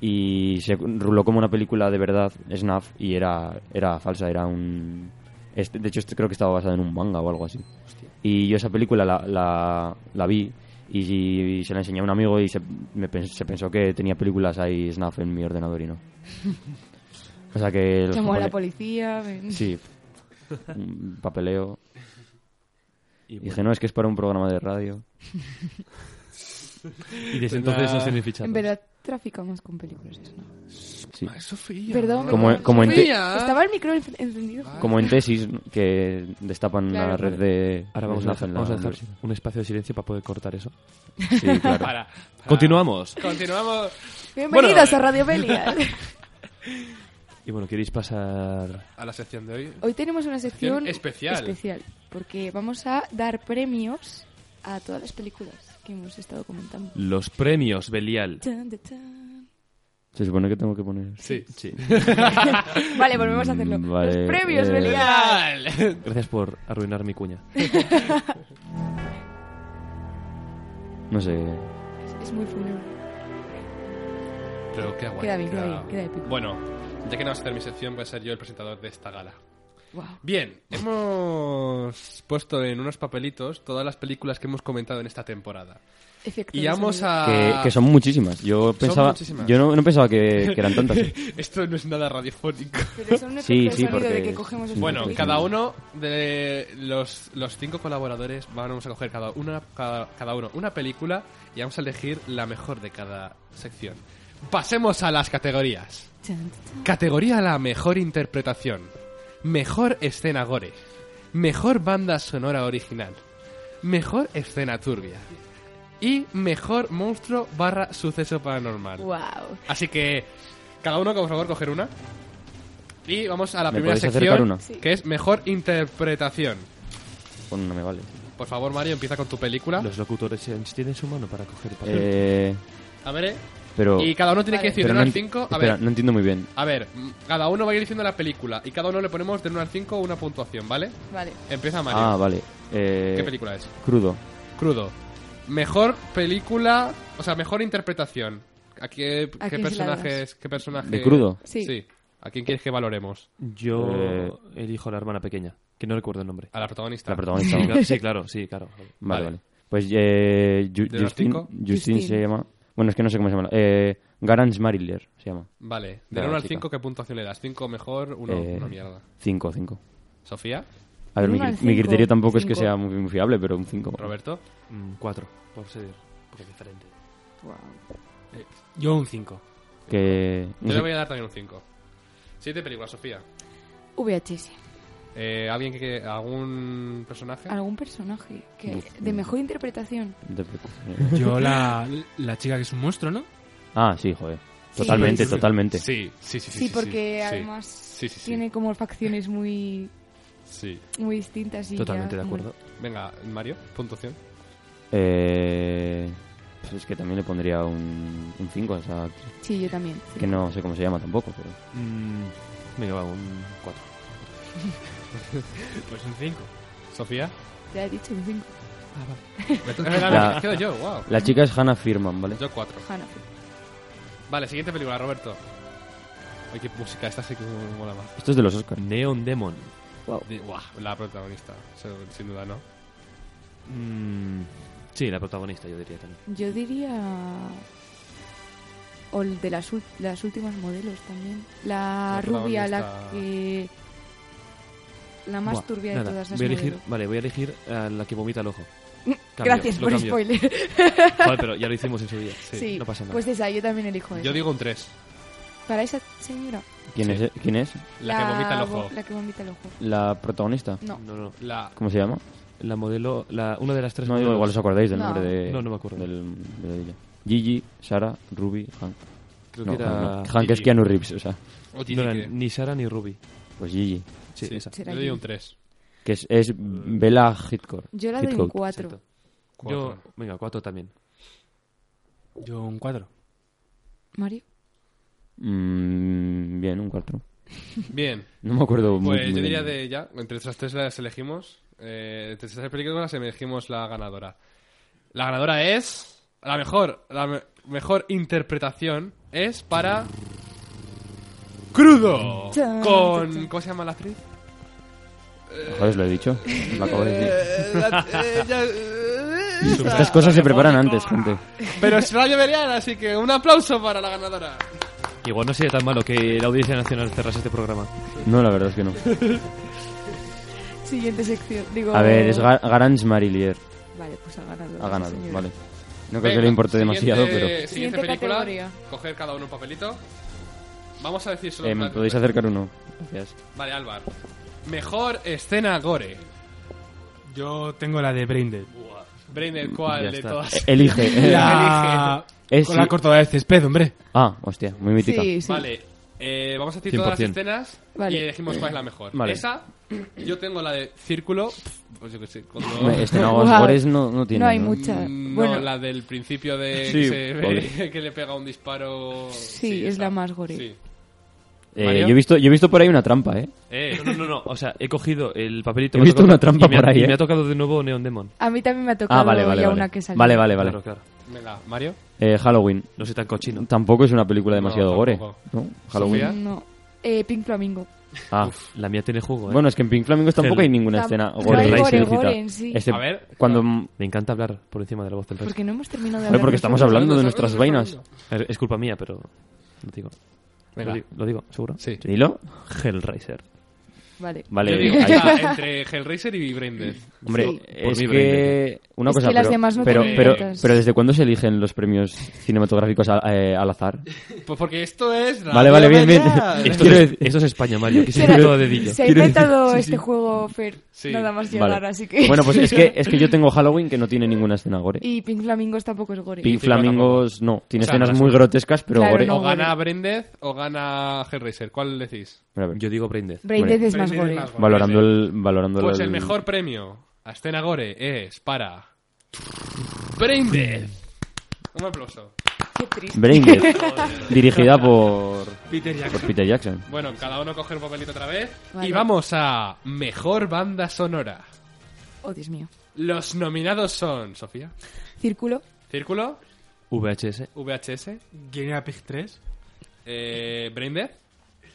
Speaker 3: y se ruló como una película de verdad, Snuff, y era era falsa, era un este- de hecho este creo que estaba basado en un manga o algo así. Y yo esa película la, la, la vi y, y se la enseñé a un amigo y se, me pens- se pensó que tenía películas ahí snuff en mi ordenador y no. O sea que... los
Speaker 4: Llamó a la
Speaker 3: japoneses-
Speaker 4: policía. ven.
Speaker 3: Sí. Un Papeleo.
Speaker 5: Y, pues,
Speaker 3: Dije, no, es que es para un programa de radio.
Speaker 5: y desde entonces no se han fichado.
Speaker 4: En verdad, traficamos con películas. eso, ¿no?
Speaker 3: Sí.
Speaker 6: Sofía.
Speaker 4: Perdón,
Speaker 3: Como-
Speaker 4: perdón,
Speaker 3: como en te-
Speaker 4: estaba el micro enf- encendido.
Speaker 3: Como en tesis, ¿no? que destapan
Speaker 4: Ah. Claro,
Speaker 3: la
Speaker 4: claro.
Speaker 3: red de...
Speaker 5: Ahora
Speaker 3: de
Speaker 5: vamos a,
Speaker 3: Snaf
Speaker 5: dejar,
Speaker 3: en la
Speaker 5: vamos a dejar
Speaker 3: universidad.
Speaker 5: un espacio de silencio para poder cortar eso.
Speaker 3: Sí, claro.
Speaker 6: Para, para-
Speaker 5: Continuamos.
Speaker 6: Continuamos.
Speaker 4: Bienvenidos
Speaker 6: Bueno,
Speaker 4: a Radio Belial.
Speaker 5: Y bueno, ¿queréis pasar...?
Speaker 6: A la sección de hoy.
Speaker 4: Hoy tenemos una sección
Speaker 6: Especial.
Speaker 4: especial, porque vamos a dar premios a todas las películas que hemos estado comentando.
Speaker 5: Los premios Belial.
Speaker 4: Tan, tan, tan.
Speaker 3: Se supone que tengo que poner...
Speaker 6: Sí.
Speaker 5: Sí.
Speaker 4: Vale, volvemos a hacerlo.
Speaker 3: Mm, vale,
Speaker 4: Los premios
Speaker 3: eh,
Speaker 4: Belial.
Speaker 5: Gracias por arruinar mi cuña.
Speaker 3: No sé.
Speaker 4: Es muy fúnebre.
Speaker 6: Pero queda guay.
Speaker 4: Queda bien, queda bien, queda épico.
Speaker 6: Bueno, ya que no vas a hacer mi sección, voy a ser yo el presentador de esta gala.
Speaker 4: Wow.
Speaker 6: Bien, hemos puesto en unos papelitos todas las películas que hemos comentado en esta temporada.
Speaker 4: Efecto
Speaker 6: Y
Speaker 4: de
Speaker 6: vamos
Speaker 4: sonido.
Speaker 6: a...
Speaker 3: Que, que son muchísimas. Yo pensaba...
Speaker 6: muchísimas.
Speaker 3: Yo no, no pensaba que, que eran tantas. ¿eh?
Speaker 6: Esto no es nada radiofónico.
Speaker 4: Pero son un
Speaker 3: Sí,
Speaker 4: efecto
Speaker 3: sí,
Speaker 4: de sonido de
Speaker 3: porque-
Speaker 4: que cogemos el
Speaker 6: Bueno,
Speaker 3: Sí.
Speaker 6: cada uno de los, los cinco colaboradores vamos a coger cada, una, cada, cada uno una película y vamos a elegir la mejor de cada sección. Pasemos a las categorías.
Speaker 4: Chan, tan, tan.
Speaker 6: Categoría la mejor interpretación. Mejor escena gore. Mejor banda sonora original. Mejor escena turbia. Y mejor monstruo barra suceso paranormal.
Speaker 4: Wow.
Speaker 6: Así que cada uno, por favor, coger una. Y vamos a la
Speaker 3: ¿Me
Speaker 6: primera
Speaker 3: podéis acercar
Speaker 6: sección,
Speaker 3: una?
Speaker 4: Sí.
Speaker 6: que es mejor interpretación.
Speaker 3: Bueno, no me vale.
Speaker 6: Por favor, Mario, empieza con tu película.
Speaker 5: Los locutores eh, tienen su mano para coger papel.
Speaker 3: Eh,
Speaker 6: A ver, eh.
Speaker 3: pero...
Speaker 6: y cada uno tiene
Speaker 4: Vale.
Speaker 6: que decir
Speaker 3: Oh. pero
Speaker 6: de
Speaker 3: no
Speaker 6: 1 al
Speaker 3: enti-
Speaker 6: 5. A
Speaker 3: espera,
Speaker 6: ver,
Speaker 3: no entiendo muy bien.
Speaker 6: a ver, mm, cada uno va a ir diciendo la película y cada uno le ponemos de 1 al 5 una puntuación, ¿vale?
Speaker 4: Vale.
Speaker 6: Empieza Mario.
Speaker 3: Ah, vale. Eh,
Speaker 6: ¿Qué película es?
Speaker 3: Crudo.
Speaker 6: Crudo. Mejor película, o sea, mejor interpretación. ¿A qué,
Speaker 4: ¿A quién se
Speaker 6: qué
Speaker 4: la
Speaker 6: personajes, qué personaje?
Speaker 3: ¿De crudo?
Speaker 4: Sí.
Speaker 6: ¿A quién quieres que valoremos?
Speaker 5: Yo
Speaker 3: Eh.
Speaker 5: elijo a la hermana pequeña, que no recuerdo el nombre.
Speaker 6: A la protagonista.
Speaker 3: La protagonista.
Speaker 5: Sí,
Speaker 3: vale,
Speaker 5: claro, sí, claro, sí, claro.
Speaker 3: Ah, vale.
Speaker 6: Vale.
Speaker 3: Pues eh, Ju-
Speaker 6: ¿De los
Speaker 3: Justin,
Speaker 6: cinco?
Speaker 3: Justin
Speaker 4: Justin.
Speaker 3: se llama. Bueno, es que no sé cómo se llama. Eh, Garance Mariller se llama.
Speaker 6: Vale,
Speaker 3: De
Speaker 6: del
Speaker 3: la
Speaker 6: 1 al
Speaker 3: chica.
Speaker 6: 5, ¿qué puntuación le das? 5 mejor, 1
Speaker 3: Eh,
Speaker 6: una mierda.
Speaker 3: 5, 5.
Speaker 6: ¿Sofía?
Speaker 3: A ver,
Speaker 4: Del
Speaker 3: mi,
Speaker 4: uno al
Speaker 3: cri- mi
Speaker 4: cinco,
Speaker 3: criterio tampoco es que
Speaker 4: cinco.
Speaker 3: sea muy, muy fiable, pero un 5.
Speaker 6: ¿Roberto?
Speaker 5: Mm, cuatro, por ser por ser diferente.
Speaker 4: Wow.
Speaker 7: Yo un 5.
Speaker 3: Que,
Speaker 6: Yo
Speaker 3: no
Speaker 6: le
Speaker 3: sé,
Speaker 6: voy a dar también un 5. Siete películas, Sofía.
Speaker 4: VHS.
Speaker 6: Eh, ¿Alguien que, que- ¿Algún personaje?
Speaker 4: ¿Algún personaje que
Speaker 3: Uf.
Speaker 4: de mejor interpretación?
Speaker 3: de preocup-
Speaker 7: Yo la, la chica que es un monstruo, ¿no?
Speaker 3: ah, sí, joder.
Speaker 4: Sí,
Speaker 3: Totalmente,
Speaker 4: sí.
Speaker 3: totalmente.
Speaker 6: Sí, sí, sí, sí.
Speaker 4: Sí, porque
Speaker 6: sí.
Speaker 4: además
Speaker 6: Sí, sí, sí.
Speaker 4: tiene como facciones muy,
Speaker 6: Sí.
Speaker 4: muy distintas. Y ya-
Speaker 5: Totalmente de acuerdo.
Speaker 6: Venga, Mario, puntuación.
Speaker 3: Eh, pues es que también le pondría un 5 a esa actriz,
Speaker 4: Sí, yo también. sí.
Speaker 3: Que no sé cómo se llama tampoco, pero...
Speaker 5: Mm, venga, va, un cuatro.
Speaker 7: Pues un 5.
Speaker 6: ¿Sofía?
Speaker 4: Ya he dicho un 5.
Speaker 6: Me toca- Venga,
Speaker 3: La-
Speaker 6: me quedo yo, wow.
Speaker 3: La chica es Hannah Firman, ¿vale?
Speaker 6: Yo 4.
Speaker 4: Hanna.
Speaker 6: Vale, siguiente película, Roberto. Ay, qué música, esta sí que me mola más.
Speaker 3: Esto es de los Oscars.
Speaker 5: Neon Demon.
Speaker 6: De- guau, la protagonista, sin- sin duda, ¿no?
Speaker 5: Mm, sí, la protagonista, yo diría también.
Speaker 4: Yo diría... O el de las, ul- las últimas modelos también. La,
Speaker 6: La
Speaker 4: rubia, la
Speaker 6: protagonista.
Speaker 4: que... La más
Speaker 5: Buah,
Speaker 4: turbia
Speaker 5: nada,
Speaker 4: de todas las
Speaker 5: voy a
Speaker 4: modelos.
Speaker 5: elegir, Vale, voy a elegir a la que vomita el ojo. Cambio,
Speaker 4: Gracias
Speaker 5: lo
Speaker 4: por
Speaker 5: cambio.
Speaker 4: spoiler.
Speaker 5: Joder, pero ya lo hicimos en su día.
Speaker 4: Sí,
Speaker 5: No pasa nada.
Speaker 4: pues esa, yo también elijo esa.
Speaker 6: Yo digo un 3.
Speaker 4: Para esa señora.
Speaker 3: ¿Quién, es, ¿Quién es?
Speaker 6: La, que vomita el ojo.
Speaker 4: bo- La que vomita el ojo.
Speaker 3: ¿La protagonista?
Speaker 4: No.
Speaker 5: No, no.
Speaker 6: La...
Speaker 3: ¿Cómo se llama?
Speaker 5: La modelo, la, una de las tres
Speaker 3: No digo,
Speaker 5: modelos.
Speaker 3: igual os acordáis del
Speaker 4: No.
Speaker 3: nombre de...
Speaker 5: No, no me acuerdo.
Speaker 3: Del, de ella. Gigi, Sara, Ruby, Hank.
Speaker 5: Creo
Speaker 3: No,
Speaker 5: que era.
Speaker 3: Hank, no. Hank es
Speaker 6: Gigi.
Speaker 3: Keanu Reeves, o sea,
Speaker 6: O
Speaker 5: no eran
Speaker 6: Titique.
Speaker 5: ni Sara ni Ruby.
Speaker 3: pues Gigi.
Speaker 5: Sí,
Speaker 6: Sí,
Speaker 5: esa.
Speaker 4: Será
Speaker 6: Yo
Speaker 4: yo.
Speaker 6: digo un 3.
Speaker 3: Que es, es Bella Hitchcock.
Speaker 4: Yo la doy un
Speaker 3: Hitchcock.
Speaker 4: 4.
Speaker 5: Yo,
Speaker 6: Cuatro.
Speaker 5: venga, cuatro también.
Speaker 7: Yo un 4.
Speaker 4: Mario.
Speaker 3: Mm, bien, un 4.
Speaker 6: Bien.
Speaker 3: No me acuerdo muy, muy
Speaker 6: Pues yo diría
Speaker 3: bien.
Speaker 6: de ya, entre esas tres las elegimos, eh, entre esas tres películas elegimos la ganadora. La ganadora es la mejor, la me- mejor interpretación es para Crudo
Speaker 4: Chan,
Speaker 6: con ¿cómo se llama la actriz?
Speaker 3: Joder, os lo he dicho. Lo acabo de decir.
Speaker 6: Eh, la- eh, ya- eh,
Speaker 3: Estas cosas se preparan antes, gente.
Speaker 6: Pero es Radio Belial, así que un aplauso para la ganadora.
Speaker 5: Igual no sería tan malo que la Audiencia Nacional cerrase este programa.
Speaker 3: No, la verdad es que no.
Speaker 4: Pues Siguiente sección. Digo...
Speaker 3: A ver, es Ga- Garance Marillier.
Speaker 4: Vale, pues ha ganado.
Speaker 3: Ha
Speaker 4: esa
Speaker 3: ganado,
Speaker 4: señora.
Speaker 3: vale. No creo
Speaker 6: Venga,
Speaker 3: que le importe
Speaker 6: siguiente-
Speaker 3: demasiado, pero...
Speaker 6: Siguiente,
Speaker 4: Siguiente
Speaker 6: película,
Speaker 4: categoría.
Speaker 6: coger cada uno un papelito. Vamos a decir solo
Speaker 3: Eh,
Speaker 6: en
Speaker 3: ¿Me
Speaker 6: plan-
Speaker 3: podéis acercar uno? Gracias.
Speaker 6: Vale, Álvaro. Mejor escena gore.
Speaker 7: Yo tengo la de Braindead.
Speaker 6: Brainer, ¿cuál
Speaker 3: Ya
Speaker 6: de
Speaker 3: está.
Speaker 6: todas?
Speaker 3: Eh, Elige.
Speaker 7: La...
Speaker 3: Es-
Speaker 7: Con la cortadora de césped, hombre.
Speaker 3: Ah, hostia, muy mítica.
Speaker 4: Sí, sí.
Speaker 6: Vale, eh, vamos a decir todas las
Speaker 5: 100%.
Speaker 6: escenas
Speaker 4: Vale.
Speaker 6: y elegimos cuál es la mejor.
Speaker 3: Vale.
Speaker 6: Esa, yo tengo la de círculo. Pues yo qué sé, cuando-
Speaker 3: Hombre, Este no,
Speaker 4: Oh. Wow.
Speaker 3: Gores no, no tiene.
Speaker 4: No hay mucho. Mucha-
Speaker 6: Mm,
Speaker 4: bueno.
Speaker 6: No, la del principio de que,
Speaker 3: Sí,
Speaker 6: se ve
Speaker 3: vale.
Speaker 6: que le pega un disparo.
Speaker 4: Sí, es
Speaker 6: esa.
Speaker 4: la más gore.
Speaker 6: Sí.
Speaker 3: Eh,
Speaker 6: Mario.
Speaker 3: yo, he visto, yo he visto por ahí una trampa, ¿eh?
Speaker 6: Eh,
Speaker 5: No, no, no. O sea, he cogido el papelito.
Speaker 3: He
Speaker 5: me ha
Speaker 3: visto
Speaker 5: tocado-
Speaker 3: una trampa
Speaker 5: y me ha-
Speaker 3: por ahí,
Speaker 5: y
Speaker 3: ¿eh?
Speaker 5: me ha tocado de nuevo Neon Demon.
Speaker 4: A mí también me ha tocado
Speaker 3: Ah, vale, vale.
Speaker 4: ya
Speaker 3: Vale,
Speaker 4: una que salió.
Speaker 3: vale, vale. vale.
Speaker 5: Claro, claro.
Speaker 6: venga, Mario.
Speaker 3: Eh, Halloween.
Speaker 5: No soy tan cochino.
Speaker 3: Tampoco es una película demasiado
Speaker 6: No,
Speaker 3: gore.
Speaker 6: tampoco.
Speaker 3: ¿no? Halloween.
Speaker 6: ¿Ya?
Speaker 4: No. Eh, Pink Flamingo.
Speaker 3: Ah.
Speaker 5: Uf, la mía tiene jugo, ¿eh?
Speaker 3: Bueno, es que en Pink Flamingos tampoco
Speaker 5: Hell.
Speaker 3: hay ninguna
Speaker 4: Tam-
Speaker 3: escena
Speaker 4: no
Speaker 3: gore.
Speaker 5: hay gore,
Speaker 3: explícita.
Speaker 4: gore en sí.
Speaker 3: Excepto
Speaker 6: A ver.
Speaker 3: Cuando...
Speaker 5: Me encanta hablar por encima de la voz del resto.
Speaker 4: Porque no hemos terminado de
Speaker 3: Joder,
Speaker 4: hablar.
Speaker 3: porque estamos hablando de nuestras
Speaker 6: Hablando,
Speaker 3: vainas.
Speaker 6: hablando.
Speaker 5: Es es culpa mía, pero... Lo digo. Lo
Speaker 6: Venga.
Speaker 5: digo, lo digo, ¿seguro?
Speaker 6: Sí.
Speaker 3: ¿Dilo?
Speaker 5: Hellraiser.
Speaker 4: Vale.
Speaker 3: Vale.
Speaker 6: Yo digo
Speaker 3: ahí-
Speaker 6: que está entre Hellraiser y Braindead.
Speaker 3: Hombre,
Speaker 4: Sí.
Speaker 5: Por
Speaker 3: es
Speaker 5: mí,
Speaker 3: que... Una
Speaker 4: Es
Speaker 3: cosa,
Speaker 4: que las
Speaker 3: pero,
Speaker 4: demás no
Speaker 3: pero,
Speaker 6: tienen
Speaker 3: pero,
Speaker 4: tantas.
Speaker 3: pero ¿desde cuándo se eligen los premios cinematográficos a- eh, al azar?
Speaker 6: Pues porque esto es.
Speaker 3: Vale, vale, bien, bien.
Speaker 5: Esto
Speaker 3: Quiero
Speaker 5: es,
Speaker 3: decir-
Speaker 5: esto es España, Mario, que se
Speaker 4: Será-
Speaker 5: me todo dedillo.
Speaker 4: Se ha
Speaker 3: Quiero
Speaker 4: inventado este juego, Fer,
Speaker 6: Sí.
Speaker 4: nada más
Speaker 3: Vale.
Speaker 4: llegar, así que...
Speaker 3: Bueno, pues es que, es que yo tengo Halloween que no tiene ninguna escena gore.
Speaker 4: Y Pink Flamingos tampoco es gore.
Speaker 3: Pink
Speaker 6: Círculo
Speaker 3: Flamingos no, tiene
Speaker 6: O sea,
Speaker 3: escenas
Speaker 6: las-
Speaker 3: muy grotescas, pero
Speaker 4: Claro,
Speaker 3: gore.
Speaker 4: no.
Speaker 6: O gana Brendez o gana Hellraiser. ¿Cuál decís?
Speaker 3: Mira, a ver,
Speaker 5: Yo digo Braindeath.
Speaker 4: Braindead es más
Speaker 6: Braindead
Speaker 4: gore.
Speaker 6: es más gore.
Speaker 3: valorando el. Valorando
Speaker 6: Pues el mejor premio a escena gore es para. Brendez. Un aplauso.
Speaker 4: Qué
Speaker 3: Mm.
Speaker 4: triste.
Speaker 3: Braindead, dirigida por, por Peter Jackson.
Speaker 6: Bueno, cada uno coge un papelito otra vez.
Speaker 4: Vale.
Speaker 6: Y vamos a mejor banda sonora.
Speaker 4: Oh, Dios mío.
Speaker 6: Los nominados son. Sofía.
Speaker 4: Círculo.
Speaker 6: Círculo.
Speaker 5: VHS.
Speaker 6: VHS.
Speaker 7: Guinea Pig 3.
Speaker 6: Eh, Braindead.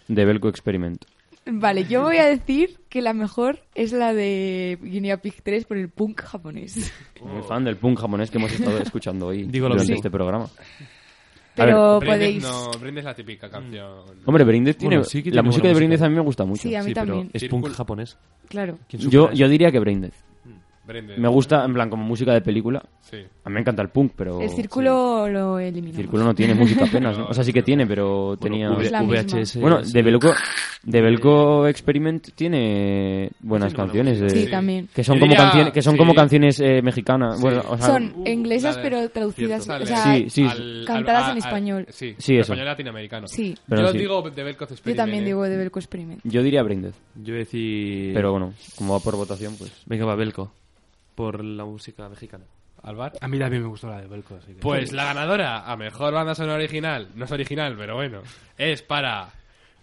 Speaker 3: De Belco Experiment.
Speaker 4: Vale, yo voy a decir que la mejor es la de Guinea Pig 3 por el punk japonés.
Speaker 3: Muy fan del punk japonés que hemos estado escuchando hoy
Speaker 5: Digo lo
Speaker 3: durante
Speaker 5: mismo.
Speaker 3: este programa. A ver,
Speaker 4: Pero
Speaker 6: Braindead
Speaker 4: podéis...
Speaker 6: No, Braindead es la típica canción.
Speaker 3: Mm. Hombre, Braindead tiene.
Speaker 5: Bueno, sí que
Speaker 3: la
Speaker 5: tiene
Speaker 3: música
Speaker 5: buena
Speaker 3: de Braindead
Speaker 5: música.
Speaker 3: a mí me gusta mucho.
Speaker 4: Sí, a mí
Speaker 5: Sí, pero
Speaker 4: también.
Speaker 5: es
Speaker 6: Círculo.
Speaker 5: punk japonés.
Speaker 4: Claro.
Speaker 5: ¿Quién
Speaker 3: Yo,
Speaker 5: supera
Speaker 3: yo diría que Braindead.
Speaker 6: Braindead.
Speaker 3: Me gusta, en plan, como música de película.
Speaker 6: Sí.
Speaker 3: A mí me encanta el punk, pero.
Speaker 4: El círculo lo eliminamos.
Speaker 3: Círculo no tiene música apenas. ¿no? O sea, sí que tiene, pero tenía.
Speaker 5: Bueno,
Speaker 4: Es la misma.
Speaker 5: VHS.
Speaker 3: Bueno,
Speaker 5: sí.
Speaker 3: de Belco, de Belco Experiment tiene buenas
Speaker 5: Tiene buena
Speaker 3: canciones. de-
Speaker 4: Sí,
Speaker 6: Sí.
Speaker 4: también.
Speaker 3: Que son
Speaker 6: Yo
Speaker 3: como,
Speaker 6: diría-
Speaker 3: canciones, que son
Speaker 6: sí.
Speaker 3: como canciones eh, mexicanas. Bueno, o sea,
Speaker 4: Son
Speaker 6: Uh,
Speaker 4: inglesas
Speaker 6: la de-
Speaker 4: pero traducidas.
Speaker 6: Sale
Speaker 4: O sea,
Speaker 3: Sí, sí.
Speaker 4: cantadas en español.
Speaker 6: sí,
Speaker 3: Sí, eso.
Speaker 6: español latinoamericano.
Speaker 4: Sí.
Speaker 3: Pero
Speaker 6: yo
Speaker 3: sí.
Speaker 6: digo de ¿eh? Belko
Speaker 4: yo también digo de Belco Experiment.
Speaker 3: Yo diría Braindead.
Speaker 5: Yo decir...
Speaker 3: Pero bueno, como va por votación, pues.
Speaker 5: Venga, va, Belco. Por la música mexicana.
Speaker 6: Alvar.
Speaker 7: A mí también me gustó la de Belco, así que...
Speaker 6: Pues la ganadora a mejor banda sonora original, no es original, pero bueno, es para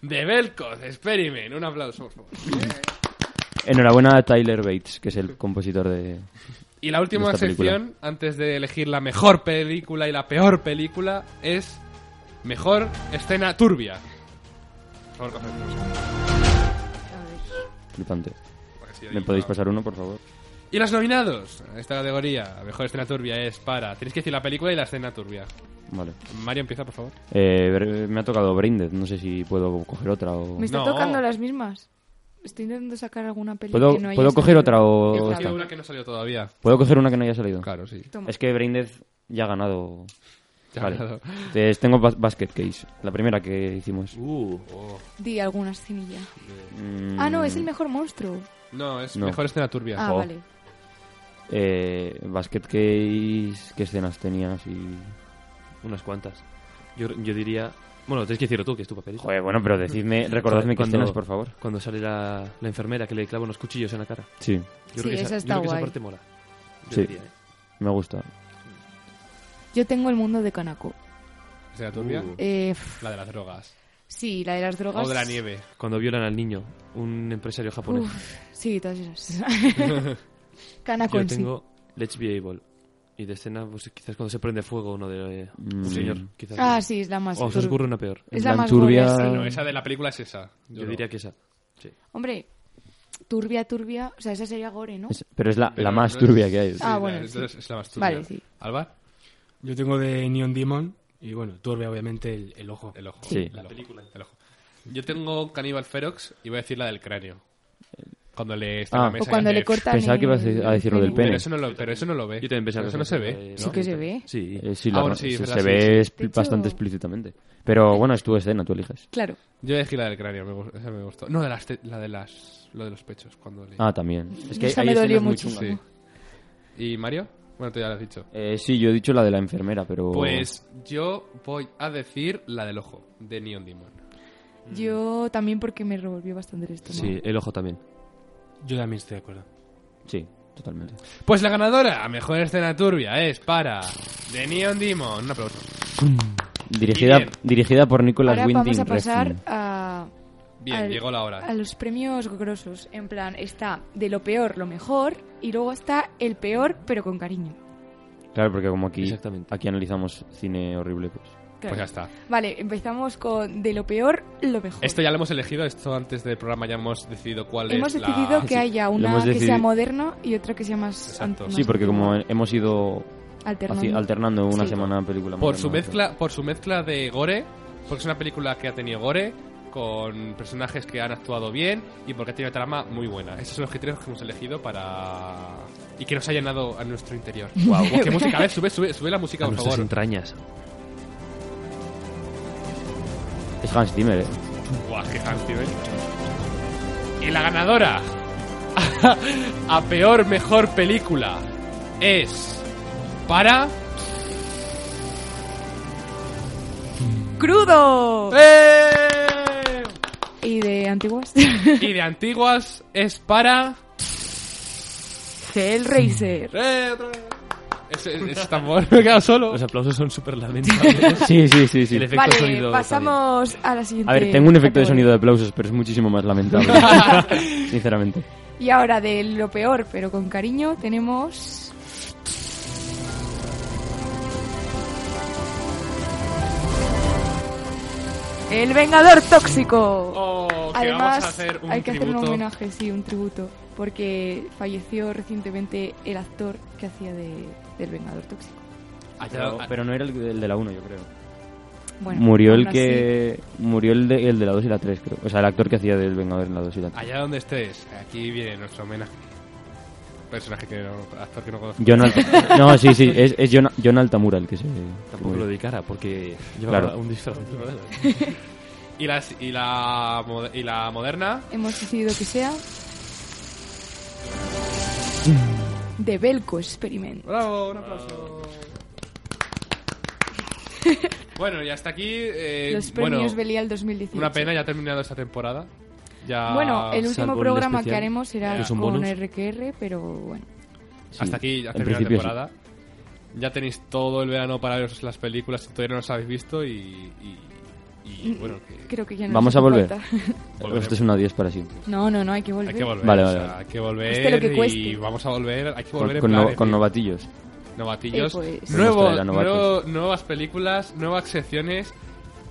Speaker 6: The Belko Experiment. Un aplauso, por favor.
Speaker 3: Enhorabuena a Tyler Bates, que es el compositor de.
Speaker 6: Y la última
Speaker 3: Esta película.
Speaker 6: sección, antes de elegir la mejor película y la peor película, es mejor escena turbia. Por favor, coge el micrófono,
Speaker 3: Flipante.
Speaker 6: porque si yo
Speaker 3: ¿Me
Speaker 6: digo-
Speaker 3: podéis pasar uno, por favor?
Speaker 6: Y los nominados a esta categoría, a mejor escena turbia, es para. Tenéis que decir la película y la escena turbia.
Speaker 3: Vale.
Speaker 6: Mario, empieza, por favor.
Speaker 3: Eh, bre- me ha tocado Braindead. No sé si puedo coger otra o.
Speaker 4: Me están
Speaker 6: No.
Speaker 4: tocando las mismas. Estoy intentando sacar alguna película.
Speaker 3: ¿Puedo,
Speaker 4: que no haya
Speaker 3: ¿puedo coger
Speaker 4: salido.
Speaker 3: otra o
Speaker 4: Otra.
Speaker 6: Quiero
Speaker 3: esta?
Speaker 6: una que no salió todavía.
Speaker 3: ¿Puedo coger una que no haya salido?
Speaker 6: Claro, sí.
Speaker 4: Toma.
Speaker 3: Es que Braindead ya ha ganado.
Speaker 6: Ya,
Speaker 3: Vale.
Speaker 6: claro.
Speaker 3: Entonces tengo bas- Basket Case, la primera que hicimos.
Speaker 5: Uh,
Speaker 6: oh.
Speaker 4: Di alguna escenilla.
Speaker 3: Mm, Oh.
Speaker 4: Ah, no, es el mejor monstruo.
Speaker 6: No, es
Speaker 3: No.
Speaker 6: mejor escena turbia.
Speaker 4: Ah,
Speaker 3: Jo.
Speaker 4: vale.
Speaker 3: eh, Basket Case, ¿qué escenas tenías? Y...
Speaker 5: unas cuantas. Yo, yo diría... Bueno, tienes que decirlo tú, que es tu papelito.
Speaker 3: Joder, bueno, pero decidme, recordadme qué
Speaker 5: Cuando-
Speaker 3: escenas, por favor.
Speaker 5: Cuando sale la, la enfermera que le clava unos cuchillos en la cara.
Speaker 3: Sí,
Speaker 5: Yo
Speaker 4: Sí,
Speaker 5: creo que
Speaker 4: esa
Speaker 5: esa,
Speaker 4: está
Speaker 5: yo creo que
Speaker 4: guay.
Speaker 5: esa parte mola. Yo
Speaker 3: Sí.
Speaker 5: diría, ¿eh?
Speaker 3: me gusta.
Speaker 4: Yo tengo el mundo de Kanako.
Speaker 6: Escena turbia.
Speaker 5: Uh.
Speaker 4: Eh, pff,
Speaker 6: La de las drogas.
Speaker 4: sí, la de las drogas.
Speaker 6: O Oh, de la nieve.
Speaker 5: Cuando violan al niño, un empresario japonés.
Speaker 4: Uf, sí, todas esas. Kanako
Speaker 5: yo
Speaker 4: en sí.
Speaker 5: tengo Let's Be Able. Y de escena, pues, quizás cuando se prende fuego uno de... eh,
Speaker 3: Mm.
Speaker 5: Un señor, quizás.
Speaker 4: Ah, sí, es la más.
Speaker 3: Oh,
Speaker 5: O se os
Speaker 4: tur-
Speaker 5: ocurre una peor.
Speaker 4: es
Speaker 3: plan
Speaker 4: la más
Speaker 3: turbia-
Speaker 4: turbia.
Speaker 6: No, esa de la película es esa.
Speaker 5: Yo
Speaker 6: no.
Speaker 5: diría que esa. Sí.
Speaker 4: Hombre, turbia, turbia. O sea, esa sería gore, ¿no?
Speaker 3: Es- pero es la,
Speaker 6: Pero
Speaker 3: la más
Speaker 6: no es-
Speaker 3: turbia que hay.
Speaker 4: Ah,
Speaker 6: la-
Speaker 4: bueno,
Speaker 6: Es,
Speaker 4: sí.
Speaker 6: es la más turbia.
Speaker 4: Vale, sí.
Speaker 6: ¿Alba?
Speaker 7: Yo tengo de Neon Demon y bueno, turbia obviamente el, el ojo.
Speaker 6: El ojo.
Speaker 3: Sí.
Speaker 6: La película. El ojo. Yo tengo Cannibal Ferox y voy a decir la del cráneo. Cuando le está en
Speaker 3: Ah.
Speaker 6: la
Speaker 3: O
Speaker 6: mesa
Speaker 4: O
Speaker 6: y
Speaker 4: cuando
Speaker 6: hace-
Speaker 4: le cortan.
Speaker 3: Pensaba que ibas
Speaker 4: el-
Speaker 3: a decir lo del
Speaker 4: el-
Speaker 3: pene.
Speaker 6: Pero eso no lo, pero eso no lo ve.
Speaker 5: Yo también pensaba
Speaker 6: Pero
Speaker 5: que
Speaker 6: eso no se
Speaker 5: era-
Speaker 6: ve.
Speaker 5: eh,
Speaker 4: Sí
Speaker 5: ¿no?
Speaker 4: que se ve.
Speaker 5: Sí.
Speaker 3: Eh, sí,
Speaker 6: Ah,
Speaker 3: la-
Speaker 6: bueno, sí, es
Speaker 3: se,
Speaker 6: verdad,
Speaker 3: se
Speaker 6: sí, sí.
Speaker 3: ve es
Speaker 4: De hecho-
Speaker 3: bastante explícitamente. Pero bueno, es tu escena, tú eliges.
Speaker 4: Claro.
Speaker 6: Yo voy a decir la del cráneo, me gustó, esa me gustó. No, de las te- la de las lo de los pechos cuando le
Speaker 3: Ah, también. Es que
Speaker 4: Esa
Speaker 3: hay
Speaker 4: me dolió
Speaker 3: escenas muy
Speaker 4: muchísimo.
Speaker 3: chungas.
Speaker 6: Sí. ¿Y Mario? Bueno, tú ya lo has dicho.
Speaker 3: Eh, sí, yo he dicho la de la enfermera, pero...
Speaker 6: Pues yo voy a decir la del ojo de Neon Demon.
Speaker 4: Yo también porque me revolvió bastante el estómago.
Speaker 5: Sí, el ojo también.
Speaker 7: Yo también estoy de acuerdo.
Speaker 3: Sí, totalmente.
Speaker 6: Pues la ganadora a mejor escena turbia es para The Neon Demon. Un aplauso.
Speaker 3: Dirigida,
Speaker 6: bien.
Speaker 3: dirigida por Nicolas
Speaker 4: Ahora
Speaker 3: Winding
Speaker 4: vamos a pasar
Speaker 3: Refn.
Speaker 4: a,
Speaker 6: Bien,
Speaker 4: Al-
Speaker 6: llegó la hora.
Speaker 4: a los premios grosos. En plan, está de lo peor, lo mejor, y luego está el peor, pero con cariño.
Speaker 3: Claro, porque como aquí,
Speaker 5: Exactamente.
Speaker 3: aquí analizamos cine horrible, pues...
Speaker 6: Pues ya
Speaker 4: Claro.
Speaker 6: está.
Speaker 4: Vale, empezamos con de lo peor, lo mejor.
Speaker 6: Esto ya lo hemos elegido, esto antes del programa ya hemos decidido cuál
Speaker 4: Hemos
Speaker 6: es la-
Speaker 4: decidido que
Speaker 6: Sí.
Speaker 4: haya una
Speaker 3: hemos
Speaker 4: que sea
Speaker 3: decidido-
Speaker 4: moderna y otra que sea más, an-
Speaker 6: Exacto.
Speaker 4: más
Speaker 3: Sí, porque como
Speaker 4: antigua,
Speaker 3: hemos ido
Speaker 4: alternando.
Speaker 3: haci- alternando una
Speaker 4: Sí.
Speaker 3: semana película...
Speaker 6: Por
Speaker 3: moderna,
Speaker 6: su
Speaker 3: otra.
Speaker 6: mezcla, por su mezcla de gore, porque es una película que ha tenido gore, con personajes que han actuado bien y porque tiene una trama muy buena. Esos son los criterios que hemos elegido para y que nos ha llenado a nuestro interior. Wow, qué música, a ver, sube, sube, sube la música,
Speaker 5: A
Speaker 6: por
Speaker 5: nuestras
Speaker 6: favor.
Speaker 5: entrañas.
Speaker 3: Es Hans Zimmer, ¿eh?
Speaker 6: Guau, qué Hans Zimmer. Y la ganadora a peor mejor película es para
Speaker 4: ¡Crudo!
Speaker 6: ¡Eh!
Speaker 4: Y de antiguas.
Speaker 6: y de antiguas es para
Speaker 4: Hellraiser.
Speaker 6: ¡Eh! otra vez! Ese, ese tambor me he quedado solo.
Speaker 5: Los aplausos son súper lamentables.
Speaker 3: Sí, sí, sí, sí.
Speaker 5: El efecto
Speaker 4: Vale,
Speaker 5: sonido
Speaker 4: pasamos a la siguiente.
Speaker 3: A ver, tengo un efecto de
Speaker 4: categoría.
Speaker 3: sonido de aplausos, pero es muchísimo más lamentable. Sinceramente.
Speaker 4: Y ahora de lo peor, pero con cariño, tenemos El Vengador Tóxico.
Speaker 6: Oh, que vamos
Speaker 4: Además,
Speaker 6: a hacer un
Speaker 4: hay que
Speaker 6: tributo.
Speaker 4: hacer un homenaje, sí, un tributo, porque falleció recientemente el actor que hacía de, del Vengador Tóxico.
Speaker 6: Allá-
Speaker 3: Pero,
Speaker 6: ah,
Speaker 3: pero no era el, el de la 1, yo creo.
Speaker 4: Bueno,
Speaker 3: murió el
Speaker 4: aún
Speaker 3: que. Murió el de, el de la 2 y la 3, creo. O sea, el actor que hacía del Vengador en la 2 y la 3.
Speaker 6: allá donde estés, aquí viene nuestro homenaje. Personaje que no, actor que no conozco.
Speaker 3: John Alt- No, sí, sí, es, es John, John Altamura el que se.
Speaker 5: Tampoco lo de cara, porque lleva
Speaker 3: Claro.
Speaker 5: un disfraz.
Speaker 6: Y, las, y, la, mo- y la moderna.
Speaker 4: así Hemos decidido que sea de Belco Experiment.
Speaker 6: Bravo, un aplauso. bueno, y hasta aquí. eh,
Speaker 4: Los
Speaker 6: bueno,
Speaker 4: premios Belial 2018.
Speaker 6: una pena, ya ha terminado esta temporada. Ya
Speaker 4: Bueno, el último
Speaker 5: salvo el
Speaker 4: programa
Speaker 5: especial,
Speaker 4: que haremos será
Speaker 5: que es un
Speaker 4: con
Speaker 5: bonus.
Speaker 4: RQR, pero bueno.
Speaker 6: Hasta aquí ya
Speaker 3: en
Speaker 6: terminado la
Speaker 3: principio
Speaker 6: temporada. Ya tenéis todo el verano para veros las películas que todavía no las habéis visto y, y- y, bueno, que
Speaker 4: Mm, Creo que ya no
Speaker 3: Vamos
Speaker 4: nos
Speaker 3: a
Speaker 4: hace
Speaker 3: volver.
Speaker 4: falta.
Speaker 6: Volveremos.
Speaker 3: Esto es una 10 para siempre.
Speaker 4: No, no, no, hay que volver.
Speaker 6: hay que volver.
Speaker 3: Vale,
Speaker 6: o
Speaker 3: vale,
Speaker 6: sea,
Speaker 3: vale.
Speaker 6: hay que volver
Speaker 4: Cueste lo que
Speaker 6: y
Speaker 4: cueste.
Speaker 6: vamos a volver. Hay que volver
Speaker 3: Con,
Speaker 6: en
Speaker 3: con
Speaker 6: plan,
Speaker 3: no- con
Speaker 6: eh,
Speaker 3: novatillos.
Speaker 6: novatillos.
Speaker 4: Eh, pues.
Speaker 6: Nuevo-
Speaker 3: Podemos traer a novatos.
Speaker 6: nuevo- nuevas películas, nuevas secciones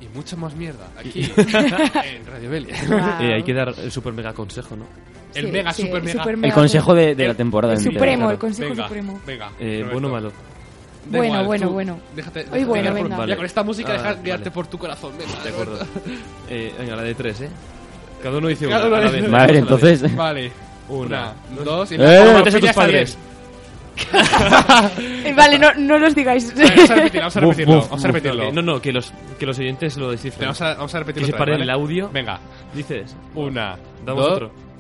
Speaker 6: y mucha más mierda aquí en Radio Belia.
Speaker 4: Wow.
Speaker 5: Eh, hay que dar el super mega consejo, ¿no?
Speaker 6: El
Speaker 4: Sí,
Speaker 6: mega,
Speaker 4: sí,
Speaker 6: super mega.
Speaker 4: super
Speaker 3: El
Speaker 4: mega.
Speaker 3: consejo de, de la temporada
Speaker 4: El
Speaker 3: entera.
Speaker 4: supremo, el
Speaker 3: claro.
Speaker 4: consejo
Speaker 6: venga,
Speaker 4: supremo.
Speaker 6: Venga.
Speaker 5: Eh,
Speaker 6: Roberto.
Speaker 5: bueno o malo.
Speaker 6: Da
Speaker 4: Bueno,
Speaker 6: igual,
Speaker 4: bueno,
Speaker 6: tú,
Speaker 4: bueno.
Speaker 6: Déjate, déjate
Speaker 4: Hoy bueno,
Speaker 6: guiar por-
Speaker 4: venga.
Speaker 6: Ya con esta música,
Speaker 5: Ah,
Speaker 6: deja
Speaker 5: vale.
Speaker 6: guiarte por tu corazón. Venga,
Speaker 5: De acuerdo. Eh, venga, la de tres, ¿eh? Cada uno dice una.
Speaker 6: Cada uno
Speaker 5: a la
Speaker 6: dice
Speaker 5: vez,
Speaker 6: una.
Speaker 5: todos a
Speaker 3: Madre,
Speaker 5: la
Speaker 3: entonces.
Speaker 6: Vale. Una, dos y
Speaker 3: Eh,
Speaker 6: la
Speaker 3: metes a tus
Speaker 6: familia está
Speaker 3: padres.
Speaker 6: bien.
Speaker 4: Eh, Vale, no, no los digáis.
Speaker 6: Vale, Vamos a repetirlo, vamos a
Speaker 3: Buf,
Speaker 6: repetirlo.
Speaker 3: buf,
Speaker 6: Vamos a
Speaker 5: vez. No,
Speaker 6: repetirlo.
Speaker 5: que- no, no, que los, que los oyentes lo descifren.
Speaker 6: Vamos a, vamos a repetirlo.
Speaker 5: Que
Speaker 6: otra vez,
Speaker 5: separen el
Speaker 6: ¿vale?
Speaker 5: audio.
Speaker 6: Venga.
Speaker 5: Dices,
Speaker 6: Una,
Speaker 5: damos
Speaker 6: dos.
Speaker 5: otro.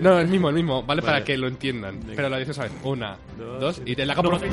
Speaker 6: No, el mismo, el mismo.
Speaker 5: Vale.
Speaker 6: Vale, para que lo entiendan. Pero lo dices, ¿sabes? Una,
Speaker 5: Dos,
Speaker 6: dos, y te la hago
Speaker 5: no.
Speaker 6: por fin.